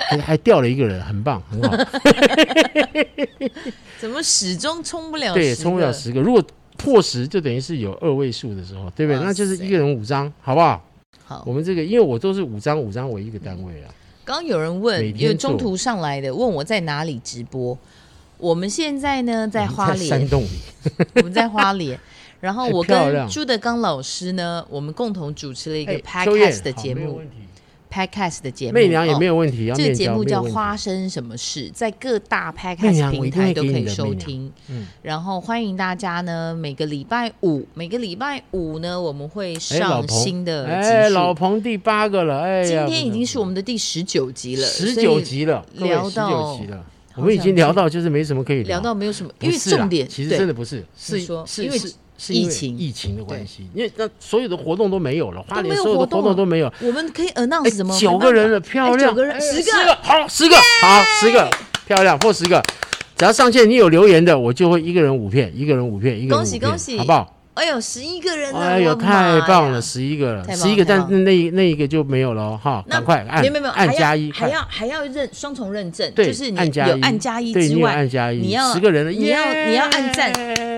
还还掉了一个人，很棒，很 <laughs> 好。怎么始终冲不了对， 10冲不了个十个，如果破十就等于是有二位数的时候，对不对？哇那就是塞一个人五张，好不好？好我，们这个，因为我都是五张五张为一个单位啊。刚刚有人每问，天有中做途上来的问我在哪里直播。我们现在呢在花山莲，洞里， <laughs> 我们在花莲。然后 <laughs> 太我漂跟亮朱德刚老师呢，我们共同主持了一个哎秋叶 podcast 的好节没有目问题，podcast 的节目，媚娘也没有。哦有问题，要这个面节交目没有叫问《题发生什么事》，在各大媚 podcast 娘我一平定会台都给可你以的收媚娘听。嗯然后欢迎大家呢，每个礼拜五，每个礼拜五呢，我们会哎，老上彭，新的集数。哎，老彭第八个了，哎今呀，天已经是我们的第十九集了，十所九以集啊了，各位聊十九到集了，好我们已经想聊到就是没什么可以聊到没有什么，因不为是啦啊重点其实对真的不是，是你说是因为是是因为疫情疫情的关系，因为那所有的活动都没有了，花没莲有所有的活动活啊动了都没有，我们可以 announce 什么？哎九个人了，漂亮，哎九个人哎十个好，十个好，十个漂亮，破十个。只要上线你有留言的，我就会一个人五片，一个人五片，一个人恭喜五片恭喜好不好？哎呦，十一个人呢！哎呦，我的妈太呀棒了，！十一个了，太棒十一个，太但棒是那那一个就没有了哦哈，那赶快按，没有没有没有，按还要加一，还快要还要认双重认证，对，就是你按加有一，按加一对你之有外，按加一，你要十个人了，你要耶你要按赞，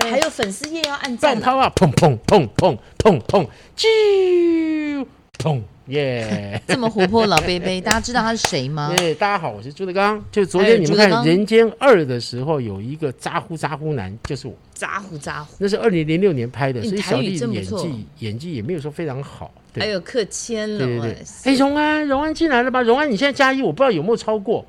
还有粉丝页要按赞放了。炮啊，砰砰砰砰砰砰，啾，砰耶！这么活泼老贝贝，大家知道他是谁 <laughs> 吗？哎，大家好，我是朱德刚。就昨啊哎天你朱们德看刚《人间二》的时候，有一个咋呼咋呼男，就是我。咋呼咋呼！那是二零零六年拍的，你所以哎台小语弟真不演错哎技演技也没有说非常好。还对有客签了，对对哇对。塞哎，荣安，荣安进来了吧？荣安，你现在加一，我不知道有没有超过。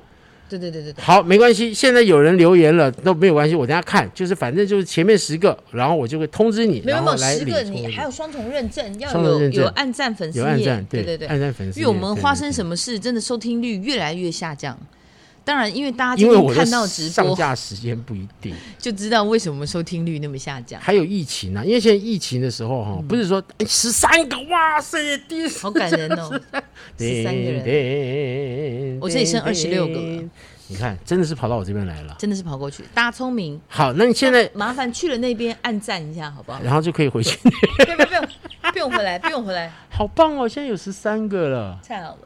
对对对对对，好，没关系，现在有人留言了，那没有关系，我等下看，就是反正就是前面十个，然后我就会通知你，没有然没后有来十领个，抽你的还有双重认证，要双重有认证有按赞粉丝有暗页战，，对对对暗。战粉丝因页，为我们发生么？什么事，真的收听率越来越下降。当然，因为大家今因为我天的看到直上播，架时间不一定， <laughs> 就知道为什么收听率那么下降。还有疫情啊，因为现在疫情的时候哈，不是说哎十三个，哇塞，第好感人 <laughs> 嗯哦，十三个人人我这里剩26个了。你看，真的是跑到我这边来了。真的是跑过去。大家聪明，好，那你现在，麻烦去了那边按赞一下，好 <laughs> 不好？然后就可以回 <laughs> 去，不用不用不用，不用回来，不用回来，好棒哦！现在有十三个了，太好了。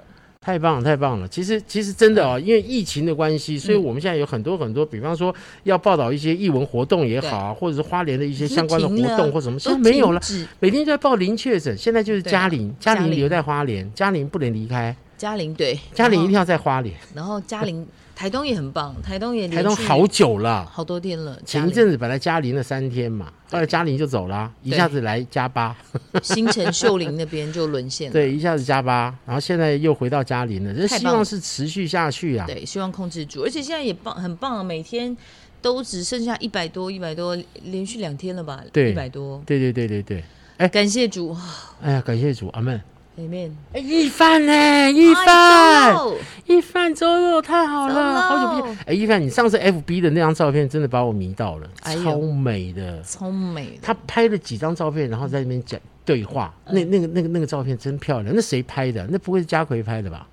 太棒了，太棒了！其实，其实真的哦，因为疫情的关系，嗯所以我们现在有很多很多，比方说要报道一些艺文活动也好啊，或者是花莲的一些相关的活停了动或什么，现都在没有了。停止每天都在报零确诊，现在就是对啊嘉玲，嘉嘉玲玲留在花莲，嘉玲不能离开，嘉玲对，嘉玲一定然后要在花莲。然后嘉玲台东也很棒，台东也连台东续好久了，好多天了。前一阵子本来嘉玲了三天嘛，后来嘉玲就走啦，一对下子来加八，嘉陵新城秀林那边就沦陷了。对，一下子加八，然后现在又回到嘉玲了，这太希棒望了是持续下去啊。对，希望控制住，而且现在也棒，很棒啊，每天都只剩下一百多，一百多，连续两天了吧？对一百多。对对对对对，感谢主，哎呀，感谢主，阿门。里面哎，一帆哎呢？一帆，一帆周六太好走了，喽好久不见。哎，一帆，你上次 FB 的那张照片真的把我迷到了，哎呦超美的。超美的，他拍了几张照片，然后在那边讲对话。嗯那那个那个那个照片真漂亮，那谁拍的？那不会是嘉奎拍的吧？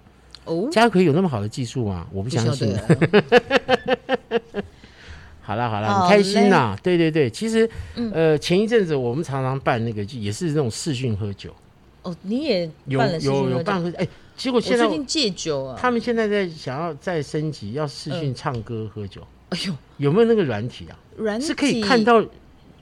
哦，嘉奎有那么好的技术吗？我不不相晓信。得啊，好啦好啦，好很开心呐、对对对，其实嗯呃前一阵子我们常常办那个，就也是那种视讯喝酒，哦，你也有办了事有情有喝酒办喝，哎，结果我现最在近戒酒啊，他们现在在想要再升级，要视嗯讯唱歌喝酒，哎呦，有没有那个软体啊？软是可以体看到，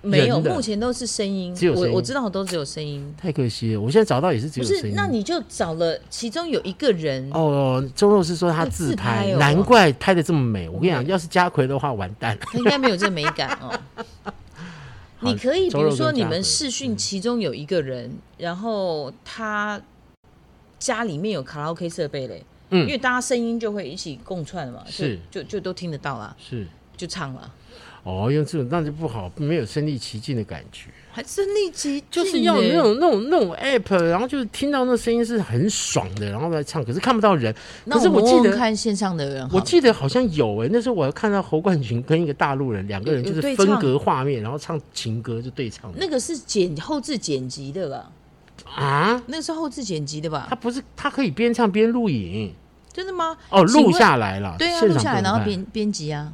没有？人的目前都是声音，只有声音我我知道都只有声音，太可惜了。我现在找到也是只不有声是？音。那你就找了其中有一个人，哦，周肉是说他自自拍，拍哦嗯难怪拍的这么美。我跟你讲，要是家奎的话，完蛋。他应该没有这美感 <laughs> 哦。你可以比周肉跟嗯如说你家们奎试训其中有一个人，然后他家里面有卡拉 OK 设备嘞，嗯因为大家声音就会一起共串嘛，就是就就都听得到啦，是就唱了，哦，用这种那就不好，没有身临其境的感觉。还身临其境就是要有耶那种那种那种 app，然后就是听到那声音是很爽的，然后来唱，可是看不到人。那可是我我们记问问得，看线上的人好我了，记得好像有哎、那时候我还看到侯冠群跟一个大陆人，两个人有就有是对分唱隔画面，然后唱情歌就对唱的那个是剪后置剪辑的吧？啊。那个是后置剪辑的他吧？不是，他可以边唱边录影真的吗？哦，录请问下来了，对啊，现录场下来不能然后看编编辑啊。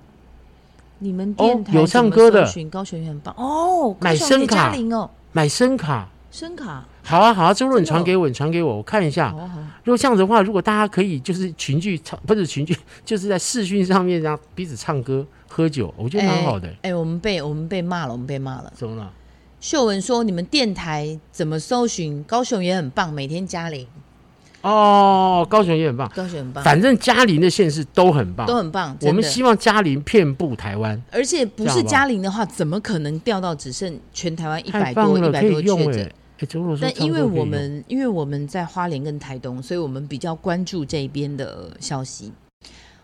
你们哦电台有怎唱么歌的搜寻高雄也很棒哦，买高雄声也嘉卡玲哦，买声卡。声卡，好啊，好啊，周若你真的哦传给我，你传给我，我看一下好。啊好啊，如果这样子的话，如果大家可以就是群聚唱，不是群聚，就是在视讯上面让彼此唱歌、喝酒，我觉得蛮好的、哎、哎我们被我们被骂了，我们被骂了。怎么了？秀文说你们电台怎么搜寻高雄也很棒，每天嘉玲，哦，高雄也很棒，高雄很棒，反正嘉陵的县市都很棒。都很棒，我们真的希望嘉陵遍布台湾，而且不这样好是不好嘉玲的话，怎么可能掉到只剩全台湾一太百多棒一了，百可多以用确哎、诊哎？、周若说唱歌可以哦用，但因为我们因为我们在花莲跟台东，所以我们比较关注这边的消息。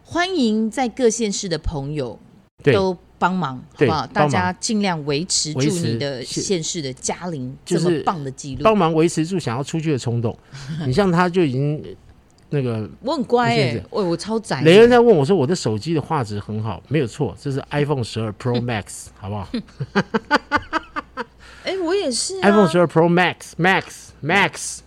欢迎在各县市的朋友对都帮忙，好对不好？帮大忙家尽量维持住维持你的是县市的嘉陵就这是么棒的记录帮。忙维持住想要出去的冲 <laughs> 动。你像他就已经呃那个我很乖不是哎是，我我超宅雷恩的，在问我说：“我的手机的画质很好，没有错， <laughs> 这是 iPhone 十二 Pro Max，好不好啊哎，我也是啊？iPhone 十二 Pro Max Max Max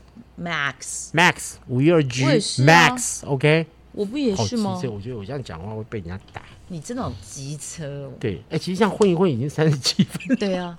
Max， Max 五一二 G 我也是啊 Max OK，我不也好是急吗这？我觉得我这样讲话会被人家打。你真的好机车哦。对，哎，其实这样混一混已经三十七分，对啊，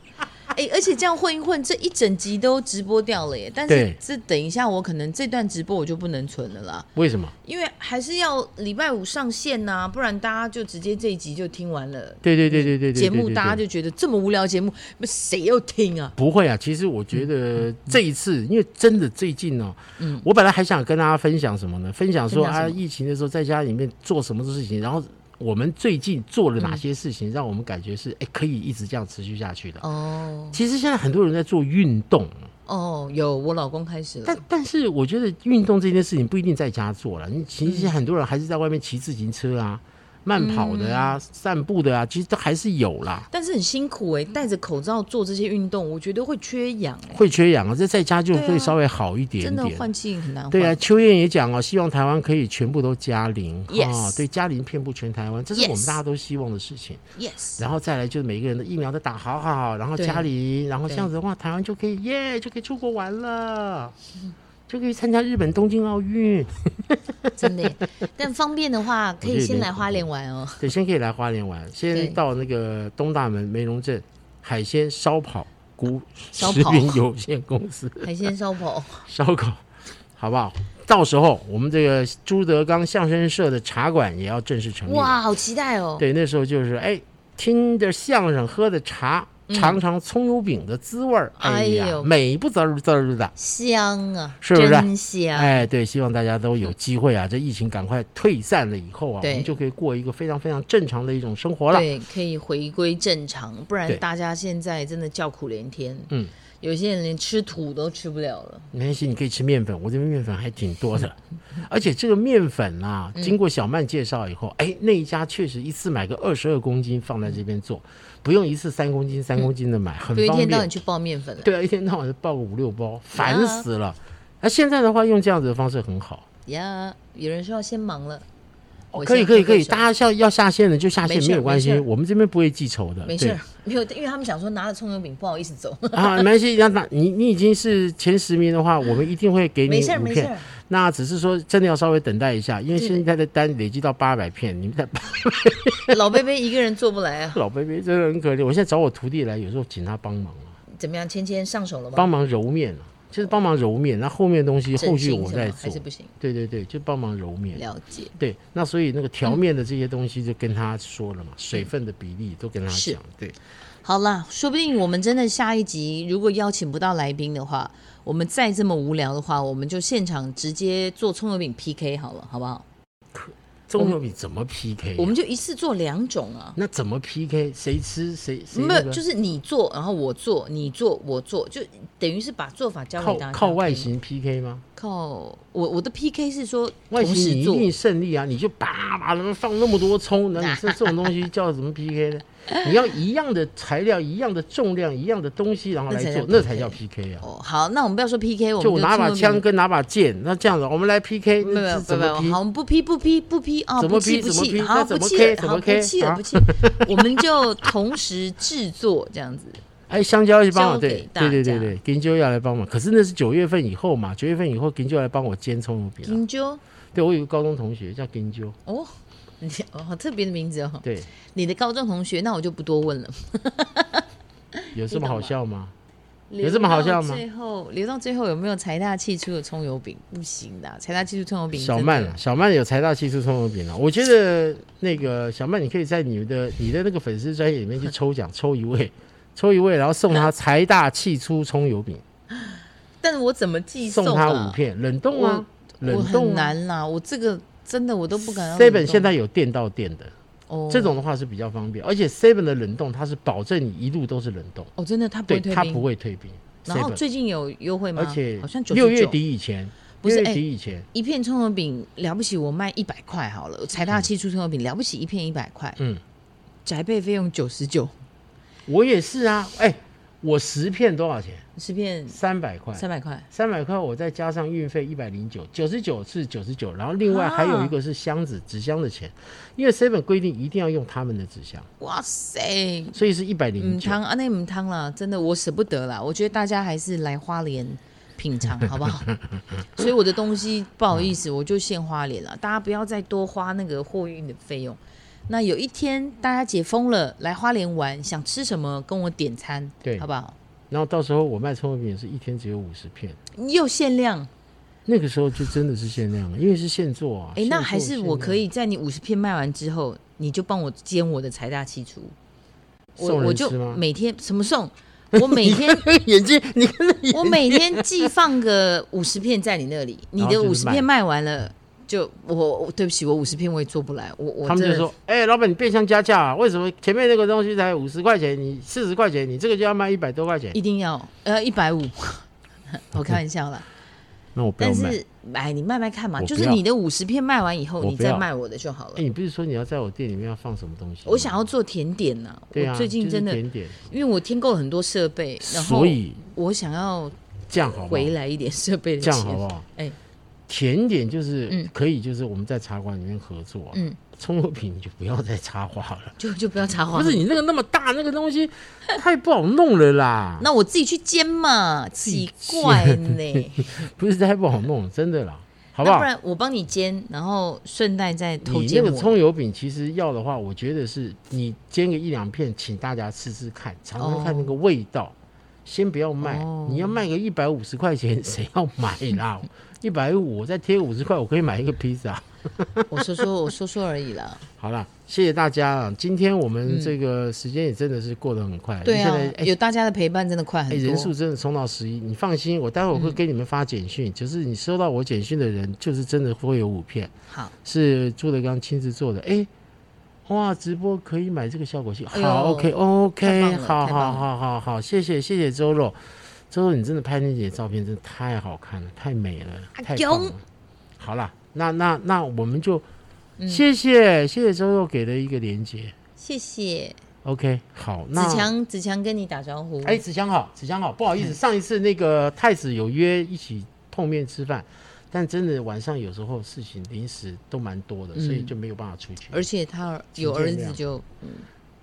哎、而且这样混一混，这一整集都直播掉了耶。但对是这等一下，我可能这段直播我就不能存了啦，为什么？因为还是要礼拜五上线呐、不然大家就直接这一集就听完了。对对对对对对，节对目对大家对就觉得这么无聊，节目不谁要听啊？不会啊。其实我觉嗯得这一次，因为真的最近呢、我本来还想跟大家分享什么呢？分享说分享啊，什么疫情的时候在家里面做什么事情，然后我们最近做了哪些事情，让我们感觉是哎可以一直这样持续下去的。嗯哦其实现在很多人在做运动，哦，有我老公开始了但，但是我觉得运动这件事情不一定在家做了，你其实很多人还是在外面骑自行车啊、慢跑的嗯啊、散步的啊，其实都还是有啦。但是很辛苦哎、戴着口罩做这些运动，我觉得会缺氧哎、会缺氧啊，这在家就对会啊稍微好一点真的点。换气很难换。对啊，秋燕也讲哦，希望台湾可以全部都加零 Yes 哦，对，加零遍布全台湾，这是 Yes 我们大家都希望的事情。 ，yes，然后再来就是每一个人的疫苗都打好好好，然后对加零，然后这对样子的话，台湾就可以耶，就可以出国玩了，就可以参加日本东京奥运。真的耶。但方便的话，我觉可得以有先点来花莲玩哦。对，先可以来花莲玩，对先到那个东大门梅龙镇海鲜烧烤股烧食烤品有限公司海鲜烧 <laughs> 烤。烧烤，好不好？到时候我们这个朱德刚相声社的茶馆也要正式成立了。哇，好期待哦！对，那时候就是哎，听着相声，喝着茶，尝尝葱油饼的滋味儿，嗯哎哎呀呦，美不滋儿滋儿的。香啊，是不是真香？哎，对，希望大家都有机会啊，这疫情赶快退散了以后啊，我对们就可以过一个非常非常正常的一种生活了。对，可以回归正常，不然对大家现在真的叫苦连天。嗯，有些人连吃土都吃不了了。没关系，你可以吃面粉，我这边面粉还挺多的，嗯 <laughs> 而且这个面粉啊，经过小曼介绍以后，哎，那一家确实一次买个二十二公斤放在这边做，不用一次三公斤、三公斤的买，很对，一方天到晚便。去爆面粉了，对啊，一天到晚就爆个五六包，嗯烦死了。那、现在的话，用这样子的方式很好，呀有人说要先忙了，我哦可以先可以喝可口以，水大家要要下线的就下线，没事没有关没系，事我们这边不会记仇的，没对事儿，没有，因为他们想说拿了葱油饼不好意思走，啊，没关系，那那你你已经是前十名的话，我们一定会给你 <laughs> 没事儿五没事片儿。，那只是说真的要稍微等待一下，因为对现在的单累积到 <laughs> 八百片，你们在老贝贝一个人做不来啊，老 baby 真的很可怜。我现在找我徒弟来，有时候请他帮忙啊，怎么样？芊芊上手了吗？帮忙揉面啊，就是帮忙揉面。那后面的东西 <laughs> 后整续形我什么在还做是，不行，对对对，就帮忙揉面。了解。对，那所以那个嗯调面的这些东西就跟他说了嘛，水分的比例都跟他是讲，对。好啦，说不定我们真的下一集如果邀请不到来宾的话，我们再这么无聊的话，我们就现场直接做葱油饼 PK 好了，好不好？中油饼怎么 PK？、我们就一次做两种啊。那怎么 PK？谁吃谁谁没那有，个就是你做，然后我做，你做，我做，就等于是把做法交给靠大家。靠外，形 PK 吗？靠我我的 PK 是说外同形时你一做，定胜利啊！你就叭叭的放那么多葱，那你 <laughs> 这这种东西叫什么 PK 呢？你要一样的材料、一样的重量、一样的东西，然后来做，那那才才叫叫 PK 啊！哦，好，那我们不要说 PK，我们就我拿把葱油枪饼，跟拿把剑，那这样子我们来 PK，没有没那有是怎没有么没有，好，我 P？们不 P 不 P 不 P 啊，怎么不气 P，不怎么气， P，好那不怎么气 K，了，怎好么不 K，气了啊不气，我们就同时制作这样子，哎，香蕉去帮我，交给对大对家对对对，金就要来帮忙。可是那是九月份以后嘛，九月份以后金就要来帮我煎葱油饼啊。金鸠对我有个高中同学叫金就，哦。你哦，好特别的名字哦！对，你的高中同学，那我就不多问了。有这么你懂好吗笑吗？有这么好笑吗留到最后留到最后有没有财大气粗的葱油饼？不行的啊，财大气粗葱油饼。小曼啊，，小曼有财大气粗葱油饼啊。我觉得那个小曼，你可以在你的你的那个粉丝专业里面去抽奖，抽一位， <laughs> 抽一位，然后送他财大气粗葱油饼，但我怎么寄送啊？他五片，冷冻啊，我冷很冻啊。难啦，我这个真的我都不敢要冷冻。 seven 现在有店到店的，哦这种的话是比较方便，而且 seven 的冷冻它是保证你一路都是冷冻，哦，真的他不对，会退它冰不。会退冰。然后 seven，最近有优惠吗？而且好像九六月底以前，不六是月哎底以前，一片葱油饼了不起，我卖一百块好了，财大气粗葱油饼了不起一片一百块，嗯，宅配费用九十九，我也是啊，哎，我十片多少钱？十片三百块，三百块。三百块，我再加上运费一百零九，九十九是九十九，然后另外还啊有一个是箱子纸箱的钱，因为 seven 规定一定要用他们的纸箱，哇塞，所以是一百零母九。汤啊，那母汤啦，真的我舍不得啦。我觉得大家还是来花莲品尝好不 <laughs> 好？所以我的东西不好意思，我就限花莲了，大家不要再多花那个货运的费用。那有一天大家解封了，来花莲玩，想吃什么跟我点餐，对好不好？然后到时候我卖葱油饼也是一天只有五十片，又限量，那个时候就真的是限量了，因为是现做啊。哎、那还是我可以以在你五十片卖完之后，你就帮我煎我的财大气粗，我送我人就吃吗？每天什么送，我每天 <laughs> 眼睛， <laughs> 你看那眼我每天寄放个五十片在你那里，你然的后就五是十卖片卖完了，就我我对不起，我五十片我也做不来，我我他们真就的说：“哎、老板，你变相加价、啊，为什么前面那个东西才五十块钱，你四十块钱，你这个就要卖一百多块钱一定要呃 <laughs> 一百五，我开玩笑啦，？”那我不但是哎你卖卖看嘛，我不就是要你的五十片卖完以后，我你不再要卖我的就好哎、了。你不是说你要在我店里面要放什么东西吗？我想要做甜点呐、对啊，我最近就是真的，甜点，因为我添购了很多设备，然后所以我想要这样好不好回？来一点设备的这钱。样好不好？哎甜点就是、嗯可以，就是我们在茶馆里面合作、啊。嗯，葱油饼你就不要再插花 <laughs> 了，就就不要插花不。是你那个那么大那个东西，太不好弄了啦， <laughs> 那我自己去煎嘛，己奇怪呢。不是太不好弄，真的啦， <laughs> 好不那好不？然我帮你煎，然后顺带再偷你煎那我。个葱油饼其实要的话，我觉得是你煎个一两片，请大家吃吃看，尝尝看那个味道。先不要卖，哦你要卖个一百五十块钱，谁要买啦？一百五，我再贴五十块，我可以买一个披萨。 <laughs> 我说说，我说说而已啦。好啦，谢谢大家啊！今天我们这个时间也真的是过得很快，嗯对现啊在哎，有大家的陪伴，真的快哎、很多。嗯人数真的冲到十一，你放心，我待会儿会给你们发简讯，就是你收到我简讯的人，就是真的会有五片，好，是朱德刚亲自做的。哎、哇，直播可以买这个效果器，哎呦好，OK，OK，、太棒了好太好棒了好好好，谢谢谢谢周肉，周肉你真的拍那姐的照片真的太好看了，太美了，太棒了。好啦，那那那我们就、嗯谢谢谢谢周肉给的一个连接谢谢，OK，好，子那强，嗯子强跟你打招呼。哎，子香好，子香好，不好意思，上一次那个太子有约一起碰面吃饭，但真的晚上有时候事情临时都蛮多的，所以就没有办法出去。嗯而且他有儿子就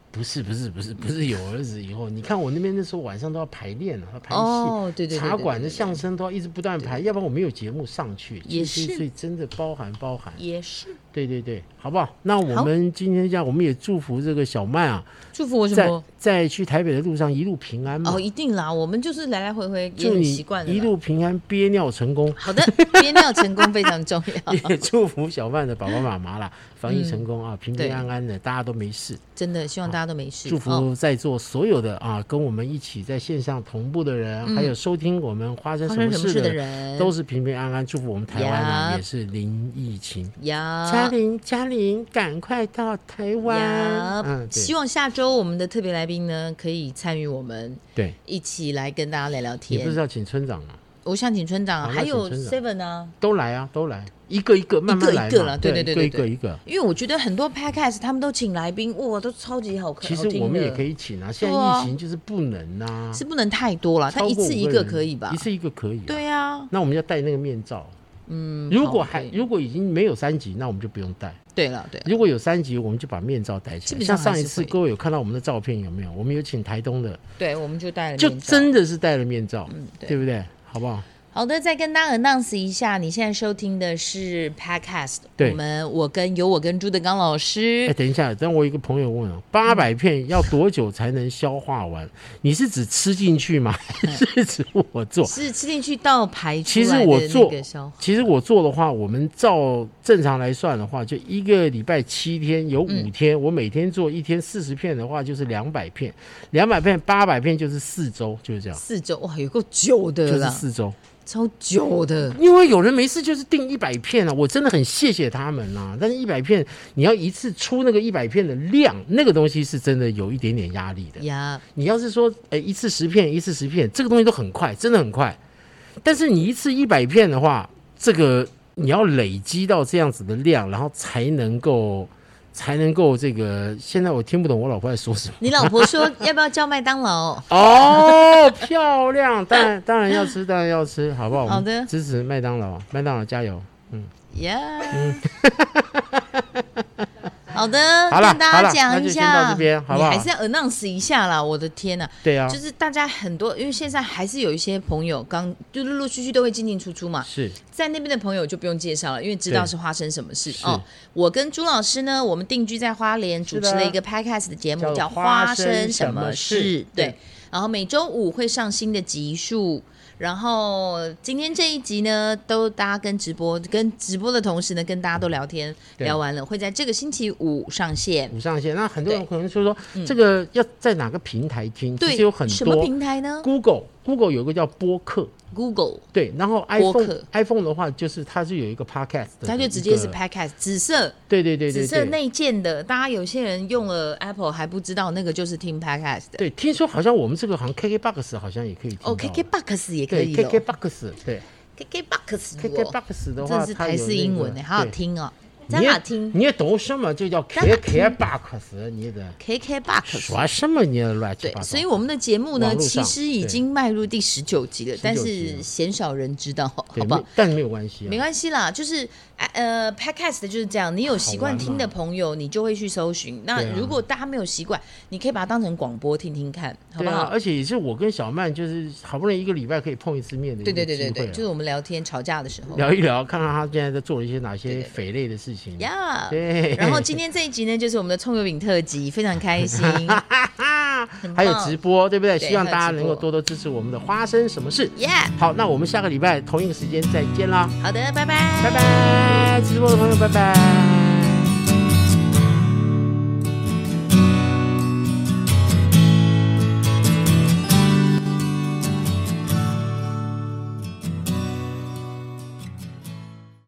不是不是不是不是有儿子以后，你看我那边那时候晚上都要排练啊，排戏。哦，对对对，对茶馆的对相声都要一直不断排，要不然我没有节目上去。也所以是所以真的包含包含。也是对对对，好不好？那我好们今天这样，我们也祝福这个小曼啊，祝福我什在么？在去台北的路上一路平安嘛哦，。一定啦，我们就是来来回回也祝很你习惯了啦。一路平安，憋尿成 <laughs> 功。好的，憋尿成功非常重 <laughs> 要，也祝福小曼的爸爸妈妈啦，防疫成功嗯啊，平平安安的，大家都没事。真的希望大家都没事。祝哦福在座所有的啊，跟我们一起在线上同步的人，还有收听我们发生发什嗯生么什么事事的的人，人都是平平安安。祝福我们台湾啊，呀也是零疫情。嘉呀玲，嘉玲，赶快到台湾。呀嗯，，希对望下周我们的特别来宾呢可以参与我们对，一起来跟大家聊聊你不是天。要请村长吗？我想请村长，好还有那请村 Seven 啊，都来啊，都来，一个一个慢慢来嘛一个一个啦对对对一个对一个对一个。因为我觉得很多 podcast 他们都请来宾，哇，都超级好看。其实我们也可以，以请啊，现在对啊疫情就是不能啊，是不能太多了，超但过一次五一个个人可以吧一？次一个可以、啊。对啊，那我们要戴那个面罩。嗯，如果好还可以如果已经没有三级，那我们就不用戴；对了，对了，如果有三级，我们就把面罩戴起基来。本像上上还一是次会各位有看到我们的照片有没有？我们有请台东的，对，我们就带了就面罩嗯真的是戴了面罩，对不对？好不好？好的，再跟大家 announce 一下，你现在收听的是 Podcast，对我们我跟有我跟朱德刚老哎、师，等一下，但我有一个朋友问啊，八百片要多久才能消化完？你是指吃进去吗？还是指我 <laughs> 做？是吃进去到排出其实来我的那做个消化，其实我做的话，我们照正常来算的话，就一个礼拜七天，有五天，嗯我每天做一天四十片的话，就是两百片，两百片八百片就是四周，就是这样，四周哇，有够就久的是啦，四周。超久的，因为有人没事就是订一百片啊，我真的很谢谢他们啦、但是，一百片你要一次出那个一百片的量，那个东西是真的有一点点压力的。呀你要是说，哎，一次十片，一次十片，这个东西都很快，真的很快。但是你一次一百片的话，这个你要累积到这样子的量，然后才能够，才能够这个。现在我听不懂我老婆在说什么。你老婆说要不要叫麦当劳？ <laughs> 哦，漂亮！当然，当然要吃，当然要吃，好不好？我们好的支持麦当劳，麦当劳加油！呀、 <laughs> 好的，好啦跟大好家啦讲一那就先下，到这边好不好你还是要 announce 一下啦，我的天呐、对啊，就是大家很多，因为现在还是有一些朋友刚就陆陆续续都会进进出出嘛，是在那边的朋友就不用介绍了，因为知道对是发生什么事是哦。我跟朱老师呢，我们定居在花莲，主是的持了一个 podcast 的节目，叫叫《花花生生什什么么事事》。对对，然后每周五会上新的集数。然后今天这一集呢，都大家跟直播跟直播的同时呢，跟大家都聊天对聊完了，会在这个星期五上线。五上线。那很多人对嗯可能就说，这个要在哪个平台听？其对实有很，什么多平台呢 Google Google 有一个叫播客， ？Google，对，然后播 iPhone 客 iPhone 的话，就是它是有一个 Podcast，的它就直呃一接个是 podcast 紫色对对对紫对色对。内建的，大家有些人用了 Apple 还不知道那个就是听 podcast 的。对，听说好像我们这个好像 KKBox 好像也可以听到哦，KKBox 也可对以哦咯 KKBox 对 KKBox 哦， KKBox 的真话，是它有台式英文那呢，个好好对听哦，你真也好听。你也懂什么？就叫真好听 KKBox，你的 KKBox 说什么你也乱七对八，糟。所以我们的节目呢，网络其上实已对经迈入第十九集了，但集了是鲜少人知道，对好不好没？但没有关系啊，没关系啦，就是哎呃，podcast 就是这样，你有习好惯玩嘛听的朋友，你就会去搜寻。那对啊如果大家没有习惯，你可以把它当成广播听听看，好对不啊，好？而且也是我跟小曼，就是好不容易一个礼拜可以碰一次面的一对个对对机对会对，啊就是我们聊天吵架的时候。聊一聊，看看她现在在做了一些哪些对对匪类的事情。呀对 <laughs> 然后今天这一集呢，就是我们的葱油饼特辑，非常开心。啦很，还有棒直播，对不对？对希望还大有家直能够多播多支持我们的花生什么事。耶、好，那我们下个礼拜同一个时间再见啦，好的，拜拜，拜拜，直播的朋友，拜拜。